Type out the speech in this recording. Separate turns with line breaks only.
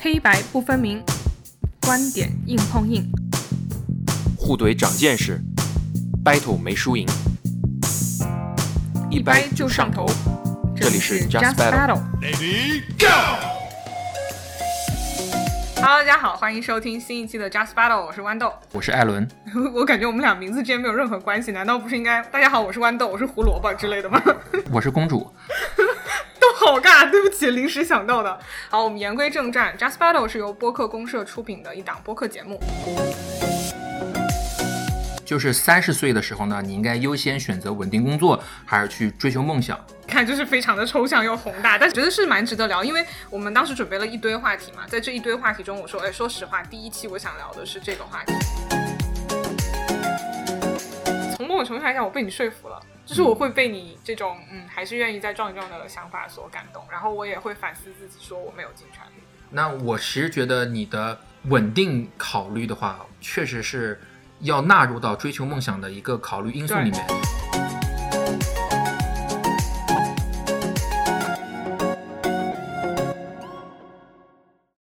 黑白不分明，观点硬碰硬，
互怼长见识，battle 没输赢，
一掰就上头。
这里是 Just Battle。Lady
Go。Hello，大家好，欢迎收听新一期的 Just Battle，我是豌豆，
我是艾伦。
我感觉我们俩名字之间没有任何关系，难道不是应该大家好，我是豌豆，我是胡萝卜之类的吗？
我是公主。
都好尬，对不起，临时想到的。好，我们言归正传，Just Battle 是由播客公社出品的一档播客节目。
就是三十岁的时候呢，你应该优先选择稳定工作，还是去追求梦想？
看，就是非常的抽象又宏大，但觉得是蛮值得聊。因为我们当时准备了一堆话题嘛，在这一堆话题中，我说，哎，说实话，第一期我想聊的是这个话题。从某种程度来讲，我被你说服了，就是我会被你这种，嗯，还是愿意再撞一撞的想法所感动，然后我也会反思自己，说我没有尽全力。
那我其实觉得你的稳定考虑的话，确实是。要纳入到追求梦想的一个考虑因素里面。